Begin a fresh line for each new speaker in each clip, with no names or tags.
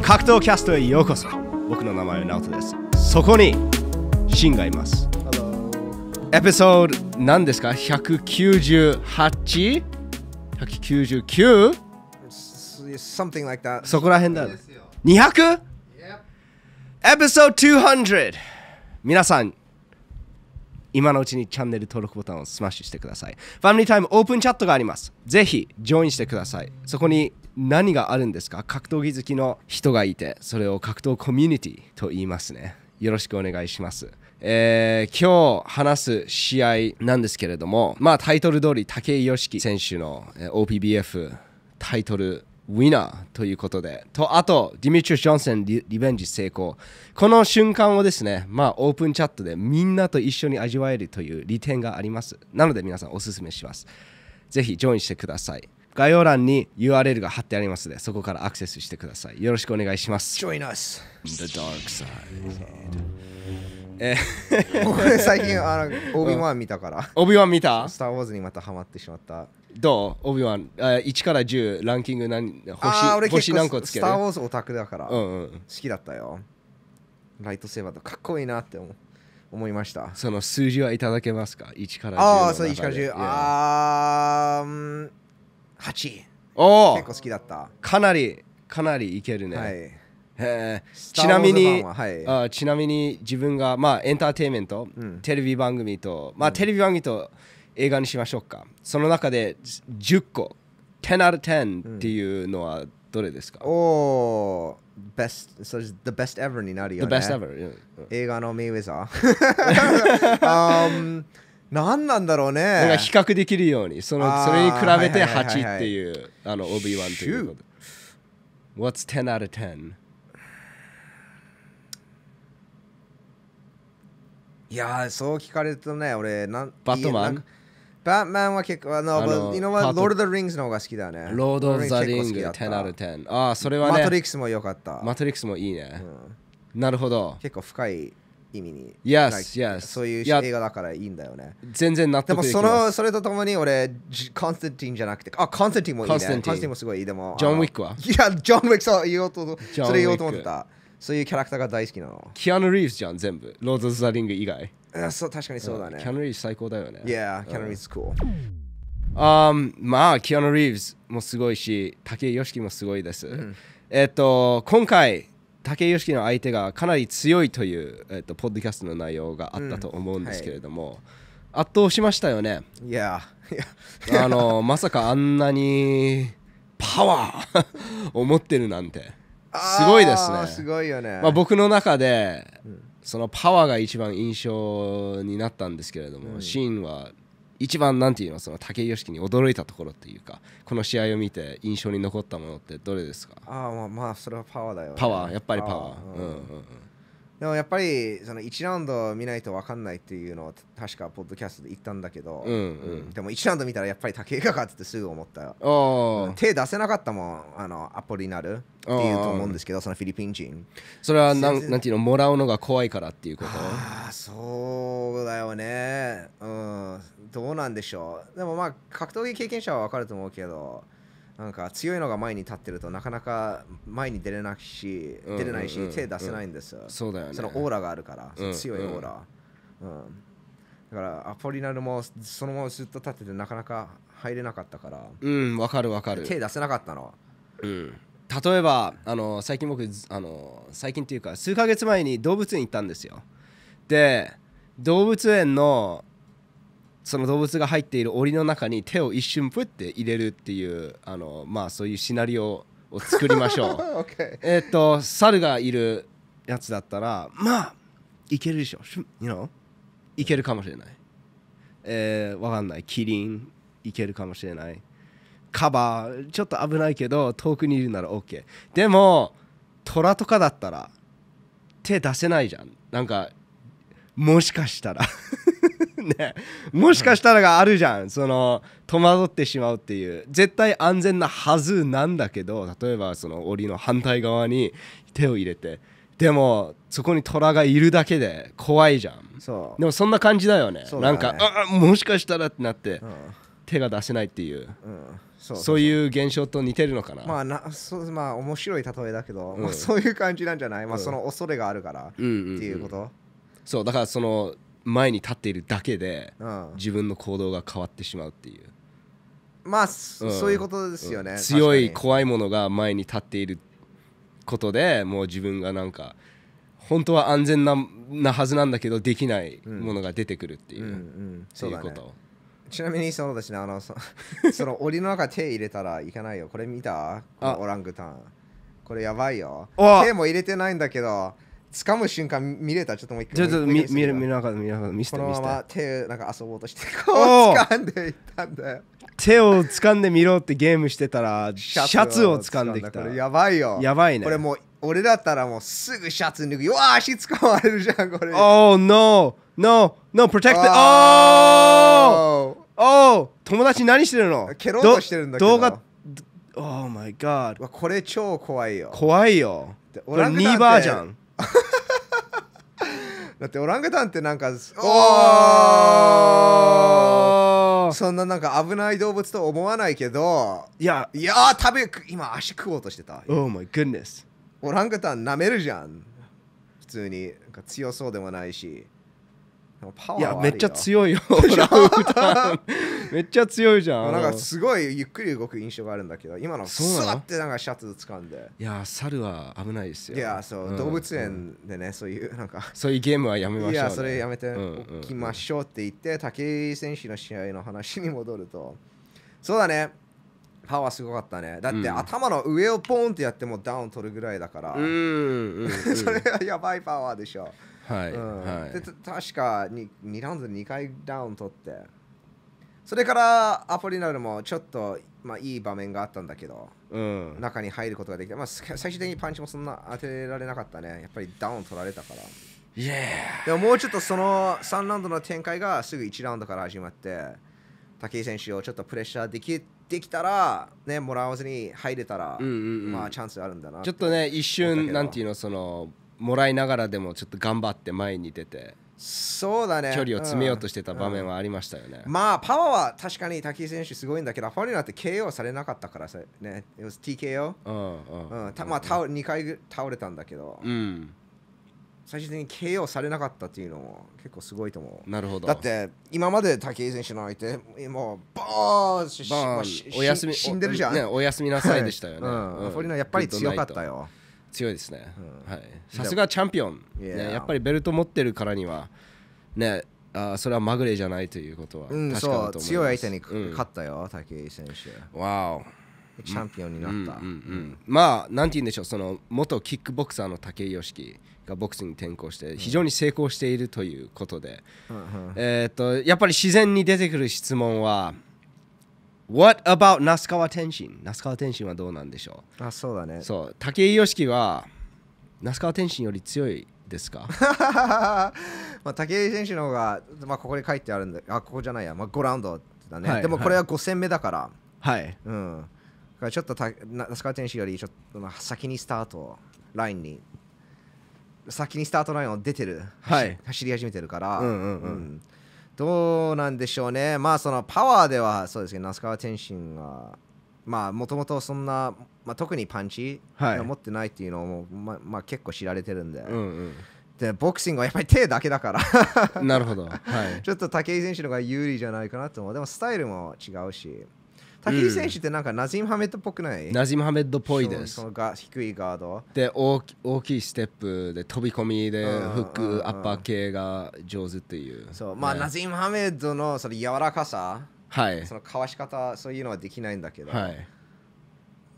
格闘キャストへようこそ僕の名前はナオトですそこにシンがいますエピソード何ですか 198?199?
S- something like that.
そこら辺だ 200? エピソード200皆さん今のうちにチャンネル登録ボタンをスマッシュしてくださいファミリータイムオープンチャットがありますぜひジョインしてくださいそこに何があるんですか格闘技好きの人がいてそれを格闘コミュニティと言いますねよろしくお願いしますえー今日話す試合なんですけれどもまあタイトル通り武井良樹選手のえー OPBF タイトルウィナーということで、とあと、ディミトリス・ジョンセンリリベンジ成功。この瞬間をですね、まあ、オープンチャットでみんなと一緒に味わえるという利点があります。なので、皆さんおすすめします。ぜひ、ジョインしてください。概要欄に URL が貼ってありますので、そこからアクセスしてください。よろしくお願いします。
Join us.
The Dark Side.
俺 最近あのオビワン見たから。
オビワン見た
スター・ウォーズにまたハマってしまった。
どうオビワン。あ1から10ランキング何
あー
星星何個つけ
ス
る
ター・ウォーズオタクだから、
う
好
んうん。
きだったよ。ライトセーバーとかっこいいなって思う思いました。
その数字はいただけますか ?1 から10の中で。
ああ、そう、1から
Yeah
10。あーうん、8。
お
結
お
構好きだった。
かなりかなりいけるね、
は
へ
い。
え
スター
ちなみ
ウォーズ
に、
版ははい
あちなみに自分がまあエンターテインメント、
うん
テレビ番組とまあテレビ番組と映画にしましょうかその中で10個10 out of 10っていうのはどれですか、
おー、best、それ the best ever になる
The
よね。
best ever うんうん
映画のメイウェザー。あ ー何なんだろうね。
なんか比較できるようにその
あー
それに比べて
はいはいはいは
8
い
っていうあの OB1 ということで What's 10 out of 10?
いやー、そう聞かれるとね、俺、なん
バットマン
いやなんかバットマンは結構、あの、
あの
you know
パ
what?
ート
Lord of the Rings の方が好きだね。
Lord of the
Lord of
Ring
the
10
Rings 結構好きだった
out of 10ああそれは
マ
ね
トリックスも良かった。
マトリックスもいいね
う、ん
なるほど
結構深い意味に。
Yes,
なんか
yes.
そういう
いや
映画だからいいんだよね。
全然納
で
得
も
でき
そ
ま
の
す
それとともに俺、ジコンスタンティンじゃなくて、あ、コンスタンティンもいいね。コンスタ
Constantine
ンティンもすごいいい。でも、
ジョン
あの
ウィックはい
や、ジョン・ウィックそう言おうと、
ジョン
それ言おうと思っ
ウィック
てた。そういうキャラクターが大好きなの。
キアヌ・リーブスじゃん全部ロード・ザ・リング以外
うんそう、確かにそうだ
キア
ね。
ヌ・リーブス最高だよね
Yeah, Canary is cool.
あーまあキアヌ・リーブスもすごいし武井良樹もすごいです、えっと今回武井良樹の相手がかなり強いという、えっと、ポッドキャストの内容があったと思うんですけれども、圧倒しましたよね
Yeah. yeah.
あ のまさかあんなにパワー を持ってるなんてすごいです
あー
ね
すごいよね。
まあ、僕の中で、そのパワーが一番印象になったんですけれども、シーンは一番なんていうのその武井良樹に驚いたところっていうかこの試合を見て印象に残ったものってどれですか
ああまあまあそれはパワーだよね、
パワーやっぱりパワー、うん
う
うんん
でもやっぱりその1ラウンド見ないと分かんないっていうのを確かポッドキャストで言ったんだけど、
うんうん
でも1ラウンド見たらやっぱり竹井が勝つってすぐ思ったよ
うん、おー
手出せなかったもんあのアポリナルっていうと思うんですけどそのフィリピン人
それはな
全
ん
然
なんていうのもらうのが怖いからっていうこと
ああそうだよねうんどうなんでしょうでもまあ格闘技経験者は分かると思うけどなんか強いのが前に立ってるとなかなか前に出れないし
うん
出れない
うんう
し
ん
手出せないんですよ
そうだよね
そのオーラがあるから、
うん
強いオーラ、うんだからアポリナルもそのままずっと立っててなかなか入れなかったから
うんわかるわかる
手出せなかった の
うん例えばあの最近僕ずあの最近っていうか数ヶ月前に動物園行ったんですよで動物園のその動物が入っている檻の中に手を一瞬プッて入れるっていうあのまあそういうシナリオを作りましょう
OK
えっと猿がいるやつだったらまあいけるでしょ you know いけるかもしれないえー、わかんないキリンいけるかもしれないカバーちょっと危ないけど遠くにいるなら OK でも虎とかだったら手出せないじゃんなんかもしかしたらねもしかしたらがあるじゃんその戸惑ってしまうっていう絶対安全なはずなんだけど例えばその檻の反対側に手を入れてでもそこに虎がいるだけで怖いじゃん
そう
でもそんな感じだよね
そう
な
だ
ん
ね
かああもしかしたらってなって、
うん
手が出せないっていう
うん、そう
そういう現象と似てるのかな、
まあなそうまあ面白い例えだけど、
うん
まあ、そういう感じなんじゃない、まあ、
うん
その恐れがあるから、
うんうんうん
っていうこと、
そうだからその前に立っているだけで
うん、
自分の行動が変わってしまうっていう、
まあ、そ
うん
そういうことですよね、
うん強い
確か
怖いものが前に立っていることでもう自分がなんか本当は安全ななはずなんだけどできない
うん
ものが出てくるってい
に
う、
うんうん、
そ
そうう
い
だ
うこ
ね
と、
ちなみにそうですねあのそ その檻の中手入れたらいかないよこれ見たこのオラングタンこれやばいよ
お
手も入れてないんだけど掴む瞬間見れたちょっともう一回
ちょっと
もう一
見見
回見せ
る
てよ
見ながら見ながら見せ
こ
て
の
見せ
ま
て
ま手なんか遊ぼうとしてこ
お
う
ー
掴んでいったんだよ
手を掴んでみろってゲームしてたらシャツを掴んでき
シャツを掴
た
これやばいよ
やばいね
これもう俺だったらもうすぐシャツ脱ぐよわー足 掴まれるじゃんこれ
Oh no no no protect the おー
あー
おー友達何してるの
蹴ろうとしてるんだけど
動画 Oh my god
うわこれ超怖いよ
怖いよ
で
これ
オランダな
2
んて
バーじゃん
だってオラングタンってなんかお
お
ーそんななんか危ない動物と思わないけど
いや
いやー食べ食今足食おうとしてた
Oh my goodness
オラングタン舐めるじゃん普通になんか強そうでもないしパワ
い
ー
や
はあるよ
めっちゃ強いよオランウータン めっちゃ強いじゃん
なんかすごいゆっくり動く印象があるんだけど今の
そ
ス
うなの
ワってなんかシャツ掴んで
いや猿は危ないですよ
いやそう、
ん
動物園でねそういう なんか
そういうゲームはやめましょう
い
ね
やそれやめて
うんうん
おきましょうって言って武井選手の試合の話に戻るとそうだねパワーすごかったねだっ
うん
て頭の上をポンってやってもダウン取るぐらいだから、
うんうんうん
それはやばいパワーでしょ、
はい
うん
は
で
い
た確かに2ラウンドで2回ダウン取ってそれからアポリナルもちょっと、まあ、いい場面があったんだけど
うん
中に入ることができた、まあ、す最終的にパンチもそんな当てられなかったねやっぱりダウン取られたから
Yeah
でももうちょっとその3ラウンドの展開がすぐ1ラウンドから始まって武井選手をちょっとプレッシャーできできたら、ね、もらわずに入れたら、
うんうんうん
まあ、チャンスあるんだな
ちょっとね一
思ったけ
瞬
ど
なんていうのそのもらいながらでもちょっと頑張って前に出て
そうだね
距離を詰めようとしてた場
うん
面はありましたよね、
まあパワーは確かに滝井選手すごいんだけどアファリナって KO されなかったからさね It was TKO、
うんうん
うんたまあ、倒2回ぐ倒れたんだけど、
うん
最終的に KO されなかったっていうのも結構すごいと思う
なるほど
だって今まで武井選手の相手もうボーンしし
バ
もうし
ーンお休み
し死んでるじゃん、
おね、お休みなさいでしたよね、
うん
うん
アファリナやっぱり強かった
グッドナイ
よ
ト強いですね、
うん
はい、さすがチャンピオン、ね、
Yeah
やっぱりベルト持ってるからにはねあーそれはまぐれじゃないということは確か
うん
だと思い
そ
ます、
う強い相手に
うん
勝ったよ、武井選手
わお
チャンピオンになった、
うんうんうんまあなんて言うんでしょうその元キックボクサーの武井良樹がボクスに転向して非常に成功しているということで、
うん
えーっとやっぱり自然に出てくる質問は「What about 那須川天心?」那須川天心はどうなんでしょ
うんあそうだね
うそう武井良樹は那須川天心より強いです か
まあ、武井選手の方が、まあ、ここに書いてあるんで、あ、ここじゃないや、まあ、5ラウンドだね。
はい
でもこれは5戦目だから、
はい
うん。だからちょっとた、那須川選手よりちょっと、まあ、先にスタートラインに、先にスタートラインを出てる、
はい
走走り始めてるから、
うんうんうん
どうなんでしょうね。まあ、そのパワーではそうですけど、那須川天心は、まあ、もともとそんな、まあ、特にパンチ
はい
が持ってないっていうのも、まあまあ、結構知られてるんで、
うん
でボクシングはやっぱり手だけだから
うんなるほどはい
ちょっと武井選手の方が有利じゃないかなと思うでもスタイルも違うし武井選手ってなんかナズィム・ハメットっぽくない
ナジムハメッドっぽいで
そ
す
のそのが低いガード
で大き大きいステップで飛び込みで
うん
フッ
うんうん
クアッパー系が上手っていう
そうまあ、
ね
ナズィム・ハメットのその柔らかさ
はい
そのかわし方そういうのはできないんだけど、
はい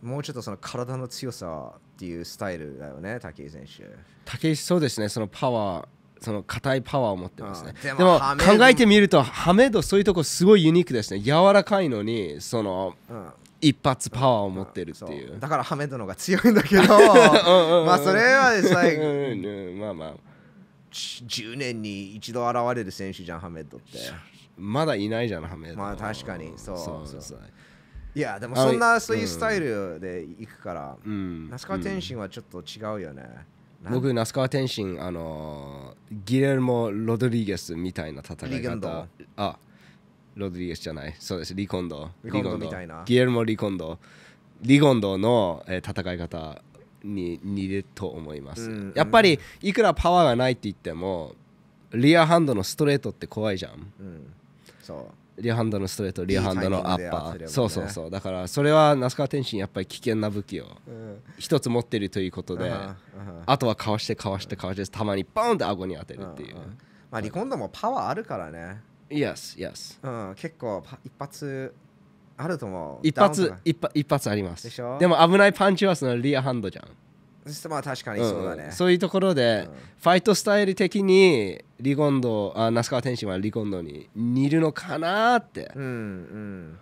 もうちょっとその体の強さっていうスタイルだよね武井選手
武井そうですねそのパワーその硬いパワーを持ってますね
うん
で
で
も
もハメド
考えてみるとハメドそういうとこすごいユニークですね柔らかいのにその
うん
一発パワーを持ってるって
そう
いう
だからハメットの方が強いんだけ ど
うんうん
まあそれはで
う
す
ん
ね
うんうんまあまあ
10年に一度現れる選手じゃんハメットって
まだいないじゃんハメド
まあ確かにそう
そう
そ
そううそう
いやでも
あの
そん
う
なんそういうスタイルで行くから、
うん
那須川天心はちょっと違うよね、なん
僕那須川天心あのーギレルモ・ロドリゲスみたいな戦い
リゲンド
方あロドリゲスじゃないそうですリコンド
リコンドみたいな
ギエルモ・リコンドリコンドの、えー戦い方に似ると思います、
うん
やっぱりいくらパワーがないって言ってもリアハンドのストレートって怖いじゃん
うん、そう
リアハンドのストレートリアハンドのア
い
ッ
いタイミングで
パ
ア
ー
ップすればね
そうそうそうだからそれは那須川天心やっぱり危険な武器を
うん
一つ持ってるということで、
うんうん
あとはかわしてかわしてかわしてたまにボーンって顎に当てるっていう、
うんうんまあ離婚でもパワーあるからね、
Yes yes
うん、結構パ一発あると思う
一
ダウン
発
とか
一発一発あります
でしょ
でも危ないパンチはそのリアハンドじゃん
そしてまあ確かにそうだね、
んんそういうところで、
うん
ファイトスタイル的にリコンドあ那須川天心はリコンドに似るのかなって
うんうん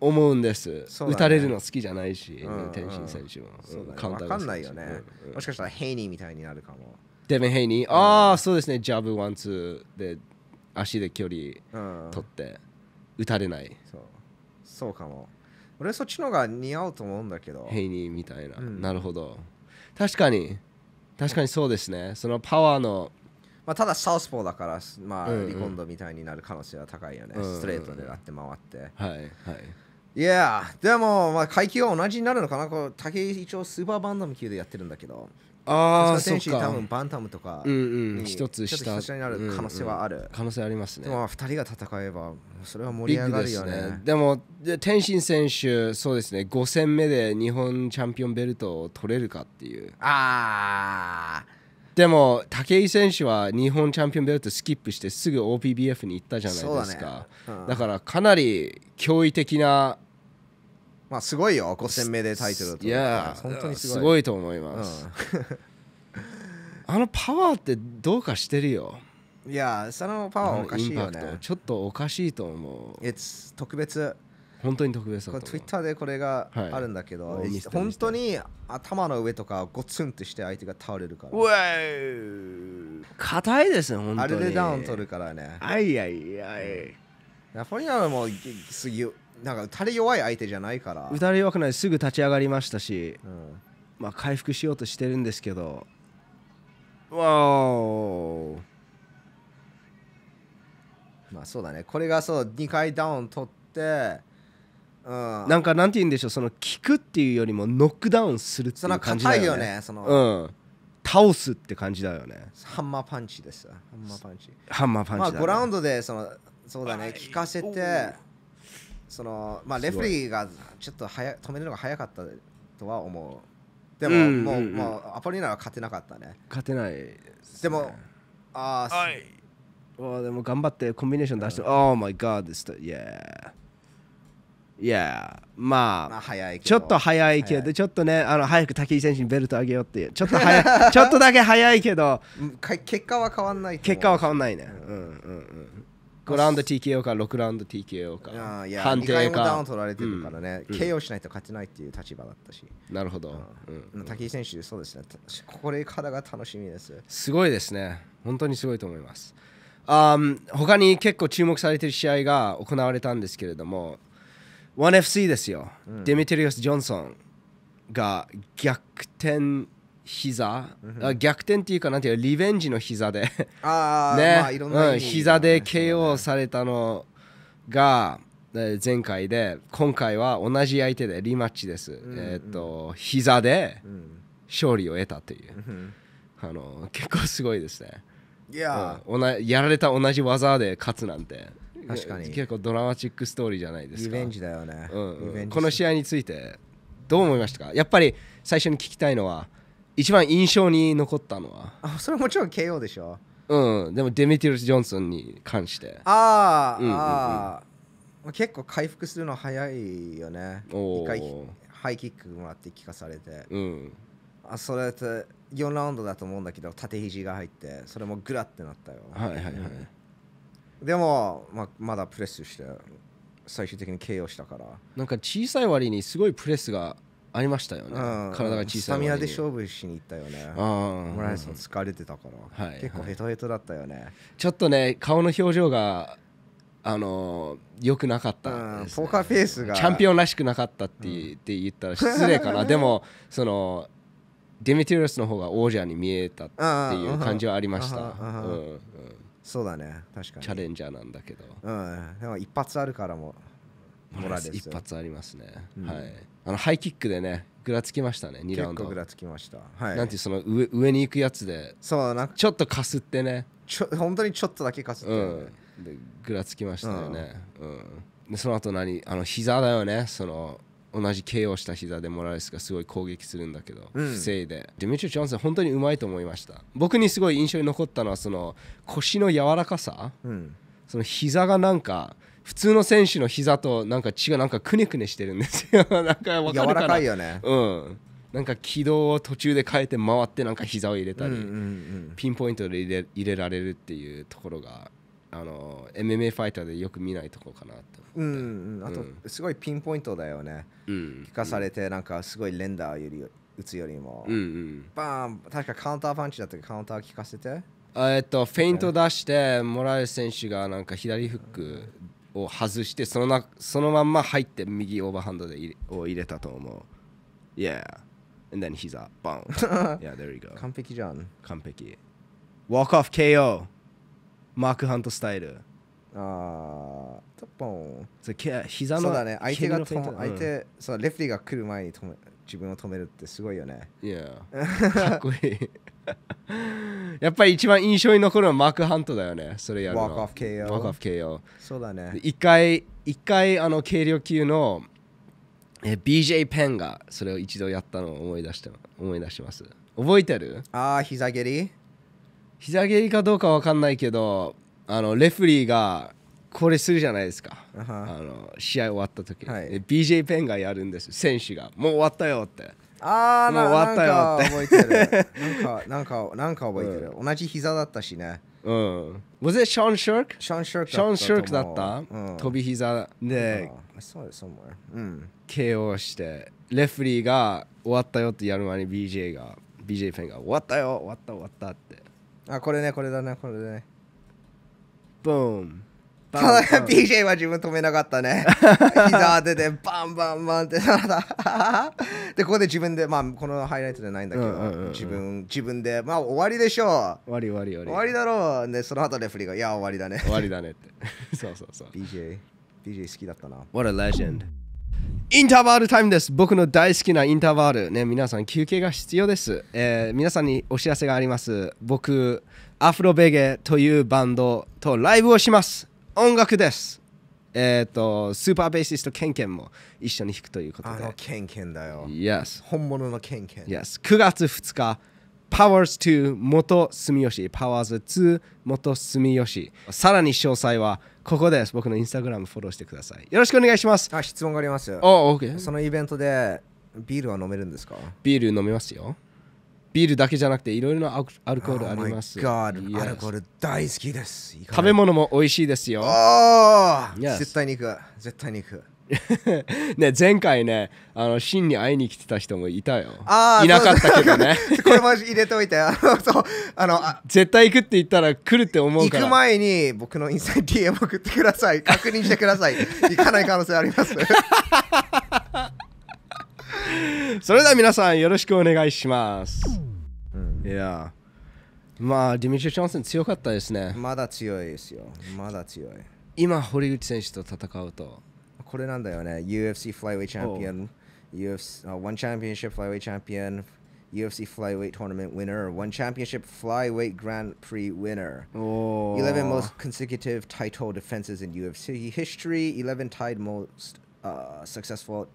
思うんです、
そうだね
打たれるの好きじゃないし、
うんうん
天心選手も、
そうだね
カウンターが
わか
好
ん
き
な
だ
い
し
よね
うんうん
もしかしたらヘイニーみたいになるかも、
デメヘイニーああそうですねジャブワンツーで足で距離
うん、
取って打たれない
そうそうかも俺そっちのが似合うと思うんだけど
ヘイニーみたいな、
うん
なるほど確かに確かにそうですねそのパワーの
まあ、ただサウスポーだからすまあ
うんうん
リコンドみたいになる可能性は高いよね、
うんうんうん
ストレートでやって回って
はいはい
いやーでもまあ階級は同じになるのかなこう武井一応スーパーバンダム級でやってるんだけど
ああそ
選
っ
手多
か
分バンタムとか、
うんう
に
ん一つ
ちょっと
下
一つ下になる可能性はある
うんうん可能性ありますね
でもまあ二人が戦えばそれは
ビ
盛り
ッ
上
グ
が
で
るよ
す
ね
ねでもで天心選手そうですね5戦目で日本チャンピオンベルトを取れるかっていう
あ
でも武井選手は日本チャンピオンベルトスキップしてすぐ OPBF に行ったじ
あ
ゃない
そうだ
で
ね
すか、
うん
だからかなり驚異的な
まあすごいよ5戦目でタイトルを
い
取る
やー
本当にすごい
すごいと思います、
う
あのパワーってどうかしてるよ
ん、いやーそのパ
あ
ワー
の
おかしいよ
インパクト
ね
ちょっとおかしいと思う
It's 特別
本当に特別
こ
だ
れ
と思う
Twitter でこれが
はい
あるんだけど、
お見せて
本当に頭の上とかゴツンってして相手が倒れるから
うわー硬いですね本当
あ
に
れでダウン取るからね
あいやいやい
ナポリターノもすぎなんか打たれ弱い相手じゃないから、
打たれ弱くないすぐ立ち上がりましたし
うん、
まあ回復しようとしてるんですけどわお
まあそうだねこれがそう2回ダウン取ってうん
な
なん
かなんて言うんでしょうその聞くっていうよりもノックダウンするって
そ
い
の
う感じだ
硬いよ
よね
ねその、
うん倒すって感じだよね
ハンマーパンチですハンマーパンチ
ハンマーパンチ
まあ
だ、ね
5ラウンドでそのそうだね
はい
聞かせ
お
て
ー
そのまあレ
す
フェ
ごい
リーがちょっと早止めるのが早かったとは思うでも、
うん
もう,、
うんうん
もうアポリーナは勝てなかったね
勝てないです
で
ね、
もああ、
いでも頑張ってコンビネーション出して、Oh my god this t yeah yeah まあ、
まあ早いけど
ちょっと早いけ
早
ど、ちょっとね、あの早く武井選手にベルトあげようっていう、ちょっと早 いちょっとだけ早いけど、
うんか結果は変わんないと思う
結果は変わんないね。うんうんうん、5ラウンド TKO か6ラウンド TKO か
ああいや
判
2回
定
もダウン
か。
取られてるからね、
うん
KO しないと勝てないっていう立場だったし、
なるほど、うん
うん、武井選手、そうですね、たこれからが楽しみです。
すごいですね。本当にすごいと思います。あー他に結構注目されている試合が行われたんですけれども、1FC ですよ。デミテリオス・ジョンソンが逆転膝、あ逆転っていうかなんていうかリベンジの膝で。
あ あ、
ね、
まあいろんな意味、
うん、膝で KO されたのがえー前回で今回は同じ相手でリマッチです、
ん
えーっと膝で
うん
勝利を得たという、
うん
あの結構すごいですね、
いや
うんおなやられた同じ技で勝つなんて
確かに
結構ドラマチックストーリーじゃないで
ー、
す
リ
か
ベンジだよね。
うん
リベ
う
ン
ん、
ジ
この試合についてどう思いましたかやっぱり最初に聞きたいのは一番印象に残ったのは
あそれもちろん KO でしょ。
うんでもデミティルス・ジョンソンに関して
あー、
うんうんうん
あーまあ、結構回復するの早いよね。
おー
一回ハイキックもらって効かされて、
うん
あそれって4ラウンドだと思うんだけど、縦肘が入って、それもグラってなったよ。
はいはいはい。
でも、まあ、まだプレスして最終的に KO したから、
なんか小さい割にすごいプレスがありましたよね。
うん
体が小さい割に。
スタミナで勝負しに行ったよね
あー
モライスも疲れてたから、
はい
結構ヘトヘトだったよね、
ちょっとね、顔の表情が、あのー、良くなかっ
う
た
ん
です
ポ
ね、
ーカーフェイスが
チャンピ
オン
オンらしくなかったって,、って言ったら失礼 かな。でも、その、デミティロスの方が王者に見えたっていう感じはありました。
うんうんうんうん
うんうん
そうだね、確かに。
チャレンジャーなんだけど
うん、でも一発あるからも、モラレス。
一発ありますね、
うん
はいあのハイキックでねぐらつきましたね2ラウ
結
ン
構
ド
ぐらつきました。はい。
なんていうその上上に行くやつで
そう、なんか
ちょっとかすってね
ちょ、本当にちょっとだけかすって
う
るね、
んでぐらつきましたよねうんでその後何あの膝だよねその同じ KO した膝でモラレスがすごい攻撃するんだけど、
うん
防いでディミトリ・ジョンソン本当にうまいと思いました僕にすごい印象に残ったのはその腰の柔らかさ
うん。
その膝がなんか普通の選手の膝となんか血がなんかくねくねしてるんですよ なんかわ
柔
かるから
かい
な
よね。
うんなんか軌道を途中で変えて回ってなんか膝を入れ
う
た
ん
り、
うんうん。
ピンポイントで入れ入れられるっていうところがあの MMA ファイターでよく見ないところかなと、
うんうん、あと
うん
すごいピンポイントだよね。
うん
聞、かされて、なんかすごい連打より打つよりも、
うんうん
バーン確かカウンターパンチだったけどカウンター聞かせて
あえっとフェイント出してモラエス選手がなんか左フックを外してそのなそのまんま入って右オーバーハンドで入れを入れたと思う Yeah and then 膝バン Yeah there you go
完璧じゃん
完璧 Walk off KO マークハントスタイル
あートッポン
それけ膝の
そうだね相手が
蹴
と
りのフェイン
も
ト
相
うん
手、そうレフェリーが来る前に止め自分を止めるってすごいよね
いやかっこいいやっぱり一番印象に残るのはマーク・ハントだよねそれやるの
Walk off KO
ワークオフ KO
そうだね
で一回一回あの軽量級のえ BJ ペンがそれを一度やったのを思い出した思い出します覚えてる
ああ膝蹴り
膝蹴りかどうかわかんないけどあのレフェリーがこれするじゃないですか
あは
あの試合終わった時、
はい
で BJ ペンがやるんです選手がもう終わったよって
あーな
もう終わった
なんか覚え てるなんかなんかなんか覚えてる、同じ膝だったしね
うん Was it Sean Shirk?
ショーン・シャーク
ショーン・シュークだっ
と
た
思、ううん、
飛び膝で
そうです somewhere うん
KO してレフェリーが終わったよってやる前に BJ が BJ フェンが終わったよ終わった終わったって
あこれねこれだねこれね
ブーン
ただ PJ は自分止めなかっ たね膝当ててバンバンバンってなった でここで自分でまあこのハイライトじゃないんだけど、
うんうんうんうん
自分自分でまあ終わりでしょう
終わり終わり終
終
わ
わ
り
りだろうでその後レフェリーがいや終わりだね
終わりだねって そうそうそう
BJ BJ 好きだったな
What a legend インターバルタイムです僕の大好きなインターバルね皆さん休憩が必要です、えー皆さんにお知らせがあります僕アフロベゲというバンドとライブをします音楽ですえっ、とスーパーベーシストケンケンも一緒に弾くということ
あの
で
ケンケンだよ
Yes
本物のケンケン
Yes 9月2日 Powers 2元住吉 Powers 2元住吉さらに詳細はここです僕のインスタグラムフォローしてくださいよろしくお願いします
あ質問があります
お、OK
そのイベントでビールは飲めるんですか
ビール飲みますよ。ビールだけじゃなくていろいろなアクアルコールあります。
Oh my God
Yes
アルコール大好きですいかが
食べ物も美味しいですよ。
ああ、
Yes
絶対に行く絶対に行く
ね、前回ね、あの、シンに会いに来てた人もいたよ。
あー
いなかったけどね。
これも入れておいて、あの、そう、あの、あ
絶対行くって言ったら来るって思う
行
から。
く前に僕のインスタに DM 送ってくださ い。確認してください。行かない可能性あります。
それでは皆さんよろしくお願いします。いやー、まあ、ディミトリ・ジョンソン強かったですね。
まだ強いですよ。まだ強い。
今、堀口選手と戦うと。
これなんだよね。UFC Flyweight Champion、UFC、あ One Championship Flyweight Champion、UFC Flyweight Tournament Winner、One Championship Flyweight Grand Prix Winner。
お
11 most consecutive title defenses in UFC history, 11 tied most uh, successful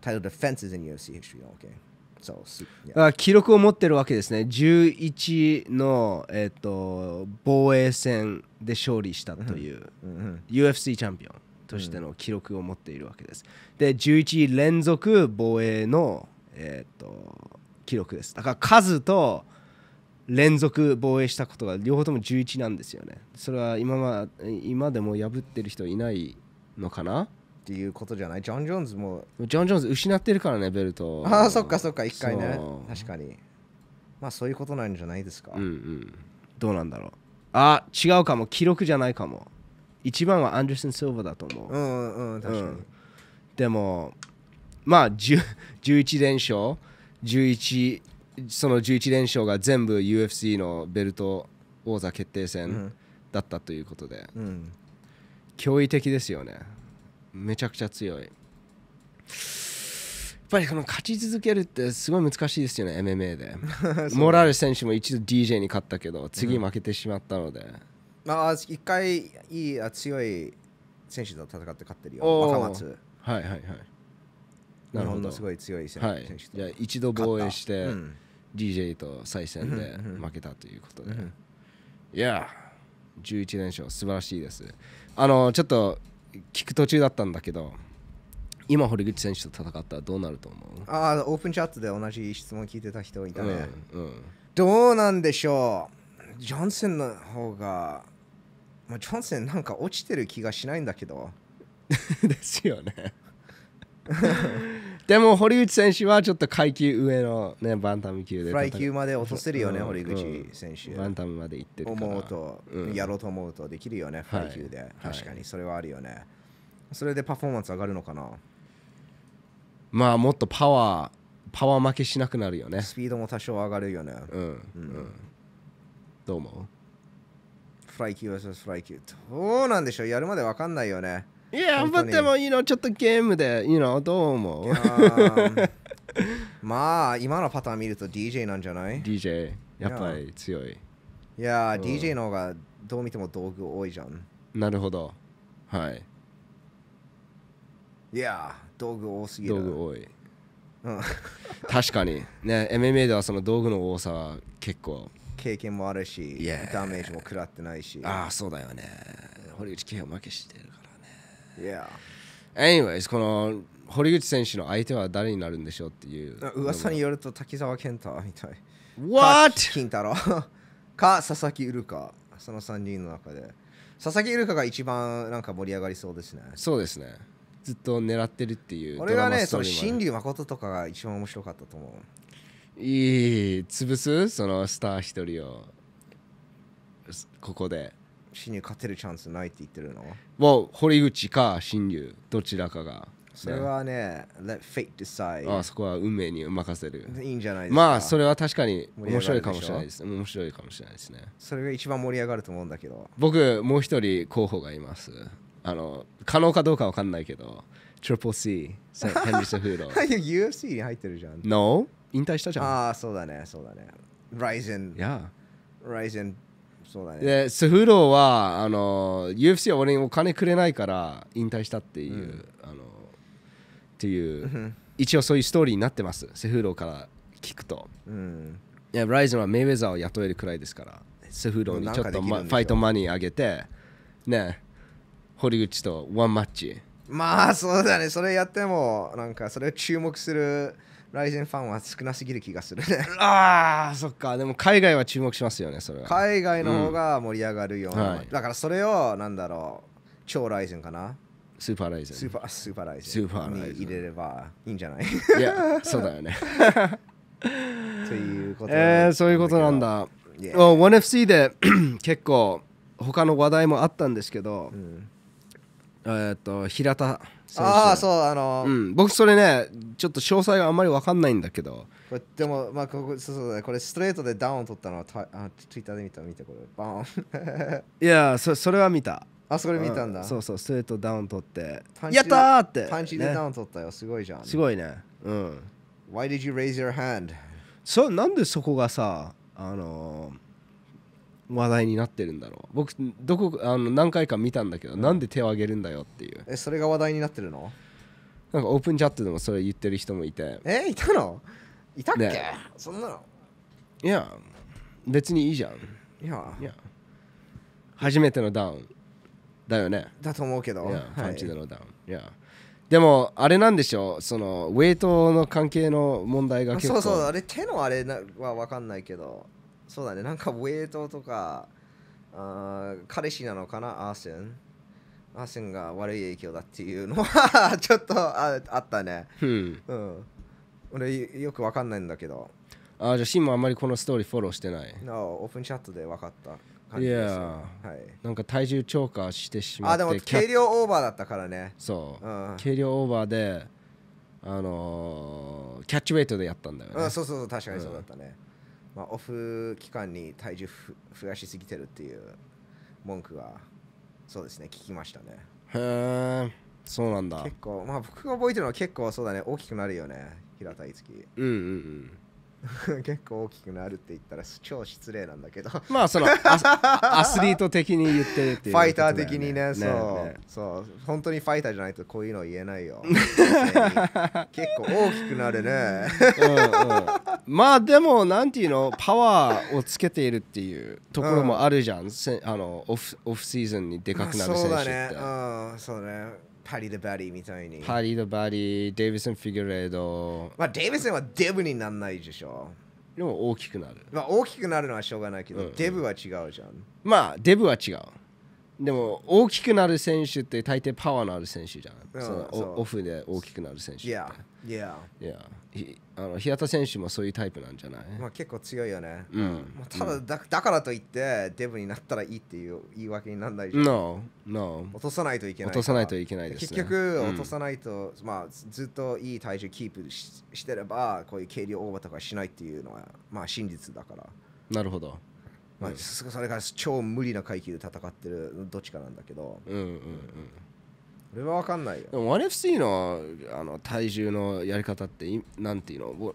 title defenses in UFC history. Okay. So, su- yeah.
あ記録を持ってるわけですね11の、えっと防衛戦で勝利したという UFC チャンピオンとしての記録を持っているわけですで11連続防衛の、えっと記録ですだから数と連続防衛したことが両方とも11なんですよねそれは今,、ま、今でも破ってる人いないのかな
っていうことじゃないジョン・ジョーンズも、
ジョン・ジョーンズ失ってるからねベルトを
あ あ、そっかそっか、一回ね
そ。う
確かに。まあ、そういうことなんじゃないですか。
うんうんどうなんだろうあ違うかも記録じゃないかも一番はアンデルソン・シルバーだと思う、
うん、うん、確かに。
うんでもまあ10 11連勝11その11連勝が全部 UFC のベルト王座決定戦だったということで
うん。
驚異的ですよねめちゃくちゃ強いやっぱりこの勝ち続けるってすごい難しいですよね MMA でモラル選手も一度 DJ に勝ったけど次負けてしまったので、
まあ、一回いいあ強い選手と戦って勝ってるよ。
おー
若松。
はいはいはい
日
なるほ
本
ど
のすごい強い選
はい
選手と
じゃあ一度防衛し
勝
て
ったうん
DJ と再戦で
うんうん
負けたということで、
うん
いやー11連勝素晴らしいですあのちょっと聞く途中だったんだけど今堀口選手と戦ったらどうなると思う
ああ、オープンチャットで同じ質問聞いてた人いたね。
うんうん
どうなんでしょうジョンソンの方が、まあ、ジョンソンなんか落ちてる気がしないんだけど、
ですよね でも堀口選手はちょっと階級上の、ね、バンタム級で
フ
戦う
ライ級まで落とせるよね、
うん
堀口選手。
バンタムまで行ってるから
思うと、
うん
やろうと思うとできるよね、フライ級で。
はい
確かに、それはあるよね。それでパフォーマンス上がるのかな、
まあもっとパワーパワー負けしなくなるよね
スピードも多少上がるよね。
うんうんどう思
フライ級 vs フライ級。どうなんでしょうやるまでわかんないよね。
ういや
本
ま
当
あ
に
でもいいのちょっとゲームでいいのどう思う
あーまあ、今のパターン見ると DJ なんじゃない
DJ やっぱり強い
いやー、
うん
DJ の方がどう見ても道具多いじゃん。
なるほどはい
いやー、道具多すぎる。
道具多い
うん、
確かにね MMA ではその道具の多さは結構
経験もあるし、
Yeah
ダメージも食らってないし。
ああそうだよね堀口慶を負けしてるからね
いや
Anyways この堀口選手の相手は誰になるんでしょうっていう
ー噂によると滝沢健太みたい。か
What?
金太郎 か佐々木ウルカ。その3人の中で。佐々木ウルカが一番なんか盛り上がりそうですね。
そうですねずっと狙ってるっていう
俺が
ドラ
ね、
マスト
そ
ー
の
リーもある
新竜誠とかが一番面白かったと思う。
いい潰すそのスター一人をすここで
新竜勝てるチャンスないって言ってるの
もう堀口か新竜どちらかが
それはね、Let fate
ねあ
decide。
そこは運命に任せる
いいんじゃないですか。
まあそれは確かに
盛
面
り上が
白
る
い
でしょ
かもしれないです面白いかもしれないですね
それが一番盛り上がると思うんだけど。
僕もう一人候補がいますあの可能かどうかわかんないけど Triple C ヘンリー・セフード
UFC に入ってるじゃん。
No? 引退したじゃん
ああ、そうだね、そうだね。Ryzen、
Yeah
Ryzen、そうだね。
でスフローはあの UFC は俺にお金くれないから引退したっていう、あのっていう、
ん
一応そういうストーリーになってますスフローから聞くと
うん。
いやライズンはメイウェザーを雇えるくらいですからスフローにちょっと、ま
なんかできるんでしょ
ファイトマニー上げてね堀口とワンマッチ
まあ、そうだね、それやっても、なんか、それを注目する Ryzen ファンは少なすぎる気がするね。
あーそっかでも海外は注目しますよねそれは
海外の方が盛り上がるような。
はい
だから、それを、なんだろう、超 Ryzen かな。
スーパーライ
ス
ズ
ーパー、スーパー Ryzen。
スーパー Ryzen
に入れればいいんじゃない
ンいやそうだよね
ということ
えー、そういうことなん。だ
Yeah
うん 1FC で 結構他の話題もあったんですけど、
うん
えーっと平田選手
ああ、そう、あの
う、ん、僕それねちょっと詳細があんまり分かんないんだけど
これでも、まあ、ここ、そうそうだね、これストレートでダウン取ったのは、たあ、ツイッターで見た、見て、これ、バーン。
いやそそれは見た
あ、それ見たんだ。
うそうそうストレートダウン取って
パンチ
や
で
ったーって
パンチでダ
ね
ウン取ったよ、すごいじゃん。
すごいねうん
Why did you raise your hand?
そなんでそこがさあのー話題になってるんだろう僕どこあの何回か見たんだけど、なんで手を挙げるんだよっていう
え、それが話題になってるの
なんかオープンチャットでもそれ言ってる人もいて
え、いたのいたっけ、
ね
そんなの
いや別にいいじゃん
いや、
いや初めてのダウンだよね
だと思うけど。
いや
はい
パンチでのダウンいやでもあれなんでしょうそのウェイトの関係の問題が
あ
結
そ
構
うそう、あれ、手のあれなはわかんないけど、そうだね、なんかウェイトとか、あー彼氏なのかな、アーセン。アーセンが悪い影響だっていうのは、 ちょっとああったね。
うん
うん。俺、よくわかんないんだけど、
あじゃあシンもあんまりこのストーリーフォローしてない
No オープンチャットでわかった感じですよ。はい。
なんか体重超過してしまっ
あ
て
でも
キャ
軽量オーバーだったからね。
そう、
うん
軽量オーバーであのーキャッチウェイトでやったんだよね、
うん、そうそうそう確かにそうだったね。まあオフ期間に体重ふ増やしすぎてるっていう文句がそうですね聞きましたね
へえそうなんだ
結構まあ僕が覚えてるのは結構そうだね大きくなるよね平田樹
うんうんうん
結構大きくなるって言ったら超失礼なんだけどフ
まあ そのアアスリート的に言ってるっていうことだよね、
ァイター的にねそう
ね
そう本当にファイターじゃないとこういうの言 えないよ結構大きくなるね
うんうんまあでもなんていうのパワーをつけているっていうところもあるじゃん、せあのオフオフシーズンにでかくなる
そ
選
う
手
だ
って、
ねうんそうだねパリ・デ・バリーみたいに
パリード・バリーデイビソン・フィギュレード
まあデイビスはデブになんないでしょ
でも大きくなる
まあ大きくなるのはしょうがないけど、
うんうん
デブは違うじゃん
まあデブは違うでも大きくなる選手って大抵パワーのある選手じゃん、
うん
その
そう
おオフで大きくなる選手って
いやいや
いやひあの平田選手もそういうタイプなんじゃない、
まあ結構強いよね、
うん
まあ、ただだだからといってデブになったらいいっていう言い訳にならないじゃん、
No No
落とさないといけないから
落とさないといけないですね
結局
うん
落とさないと、まあずずっといい体重キープししてればこういう軽量オーバーとかしないっていうのはまあ真実だから、
なるほど
まあ、そそれが超無理な階級で戦ってるどっちかなんだけど
うんうんうん
俺は分かんないよ
でも 1FC のあの体重のやり方っていなんていうのぼ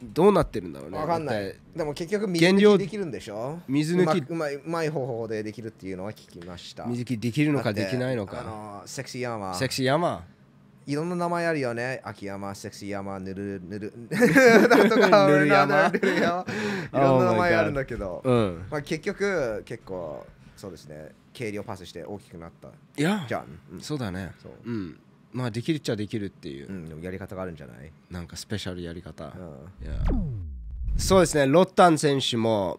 どうなってるんだろうね
わかんな
だっ
い
て
でも結局水
減
抜
量
きできるんでしょ
水抜き
うまくうまいうまい方法でできるっていうのは聞きました
水着できるのか
だっ
で
て
きないの
あ
か
のセクシーヤーマ
セ
ー
クシー山
いろんな名前あるよね秋山セクシーヤーマーぬる ぬるなんとか
ぬるやま
なんとかぬ るやまいろんな名前あるんだけど、
うん
まあ、結局結構そうですね軽量パスして大きくなった
いや
じゃん、うん
そうだね
そう
うんまあできるっちゃできるっていう、
うんでもやり方があるんじゃない、
なんかスペシャルやり方、
うん
いやそうですねロッタン選手も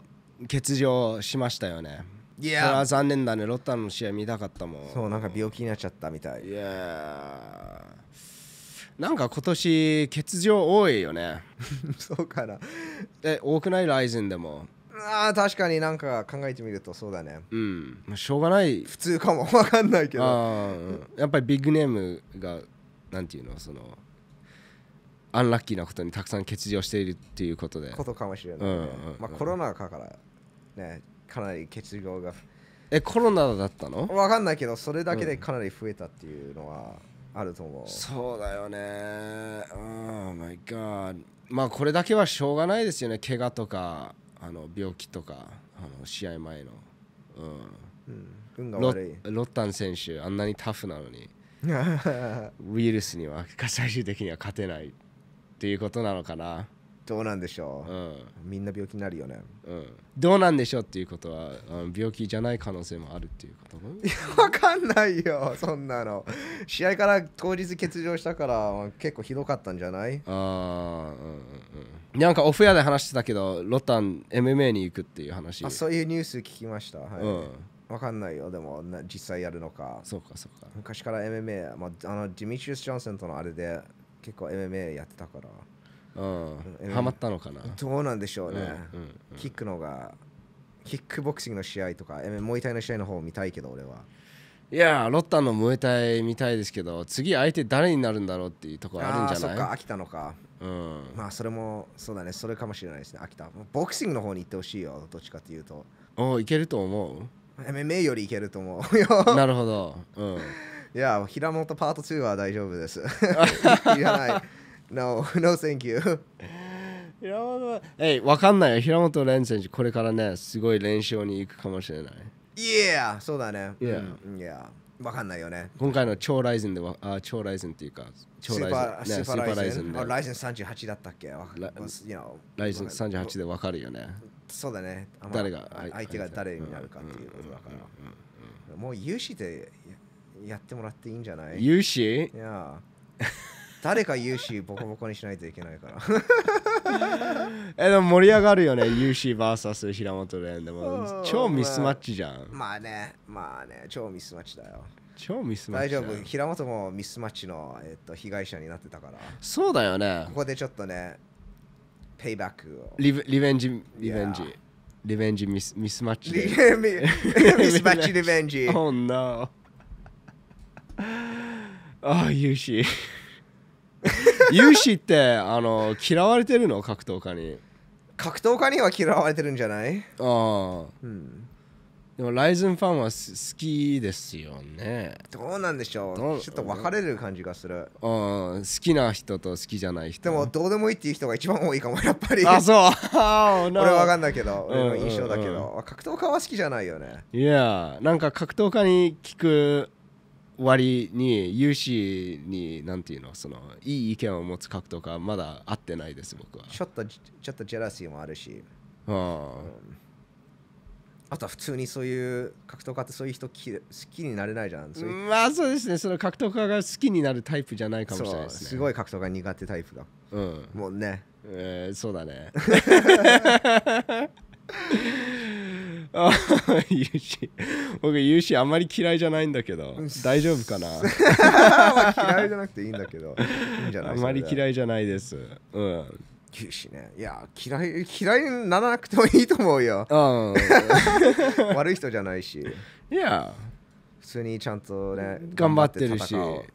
欠場しましたよね
い
それは残念だねロッタンの試合見たかったもん
そうなんか病気になっちゃったみたい
いやーなんか今年欠場多いよね
そうかな
え多くないライズンでも
あー確かになんか考えてみるとそうだね
うんまあしょうがない
普通かもわかんないけど
あーうんやっぱりビッグネームがなんていうのそのアンラッキーなことにたくさん欠場しているっていうことで
ことかもしれない、ね
うんうんうん
まあコロナ禍からねかなり欠場が
えコロナだったの
わかんないけどそれだけでかなり増えたっていうのはあると思う、
そうだよね Oh my god まあこれだけはしょうがないですよね怪我とかあの病気とかあの試合前の、
うん、運
う
が
ん、ロ
悪い
ッロッタン選手あんなにタフなのに ウイルスには最終的には勝てないっていうことなのかな
どうなんでしょ
う
う、
ん
みんな病気になるよね
うん、どうなんでしょうっていうことはあの病気じゃない可能性もあるっていう こと
わかんないよそんなの試合から当日欠場したから結構ひどかったんじゃない
ああうんうんうんなんかオフ屋で話してたけどロタン MMA に行くっていう話
あそういうニュース聞きました、はい
うん
わかんないよでもな実際やるのか
そうかそうか
昔から MMA、まあ、あのディミチュス・ジョンソンとのあれで結構 MMA やってたから
うん
うん
ハマったのかな
どうなんでしょうね、
うんうん
キックのがキックボクシングの試合とか MMA モイタイの試合の方を見たいけど俺はい
やーロッタンのムエタイみたいですけど次相手誰になるんだろうっていうところあるん
ー
じ
そ
ゃ
っ
な
か
い
飽きたのか
うん
まあそれもそうだねそれかもしれないですね飽きたボクシングの方に行ってほしいよどっちかっていうと
おいけると思
MMA よりいけると思うよ
うなるほどうん
いや平本パート2は大丈夫です いらない No, no, thank you.
平本えわかんないよ平本蓮選手これからねすごい連勝に行くかもしれない
Yeah! そうだね。
Yeah.
うん、yeah. わかんないよね。
今回の超ライズンではあ超ライズンっていうか
ス
超
ーパ
ラ
ー
イズンね
スーパーライズン。
で
あライズン38だったっけわか
ラ
you know
ライズン38でわかるよね
そうだね。あまあ
誰が
あ相手が誰になるかっていうことだから。もう有志でややってもらっていいんじゃないい
ユーシ
や。 誰か有志ボコボコにしないといけないから。
えでも盛り上がるよねユーシ VS 平本蓮で
う
も
ん
超ミスマッチじゃん
まあね、まあね、超ミスマッチだよ。
超ミスマッチ
大
じ
丈
ゃん
夫、平本もミスマッチの、えっと被害者になってたから、
そうだよね
ここでちょっとね、ペイバックを。
リベリベンジリベンジ
いや
リベンジミスミスマッチ
リミ
で
スマッチリベン ジ。
Oh no ああユー シユーシってあの嫌われてるの格闘家に
格闘家には嫌われてるんじゃない
ああ
うん。
でもライズンファンはす好きですよね
どうなんでしょ
どう
うちょっと分かれる感じがする。
うん好きな人と好きじゃない人
でも、どうでもいいっていう人が一番多いかも、やっぱり。
あそう oh,
俺は分かんないけど、
うんうんうん
俺の印象だけど、格闘家は好きじゃないよね。
いやなんか格闘家に聞く割に有志になんていうのそのいい意見を持つ格闘家はまだ会ってないです僕は
ちょっと、ちょっとジェラシーもあるし、
うん
あとは普通にそういう格闘家ってそういう人き好きになれないじゃん。そういう
まあそうですねその格闘家が好きになるタイプじゃないかもしれない
そう
ですね
すごい格闘家苦手タイプだ
うん
もんね。
えーそうだねあユーシ僕ユーシあんまり嫌いじゃないんだけど大丈夫かな
まあ嫌いじゃなくていいんだけど、いいんじゃない
あんまり
い。
嫌いじゃないですうん。
牛脂ね。いや、嫌い、嫌いにならなくてもいいと思うよ
うん
悪い人じゃないし、
いや
普通にちゃんとね、
頑張ってるし
頑張って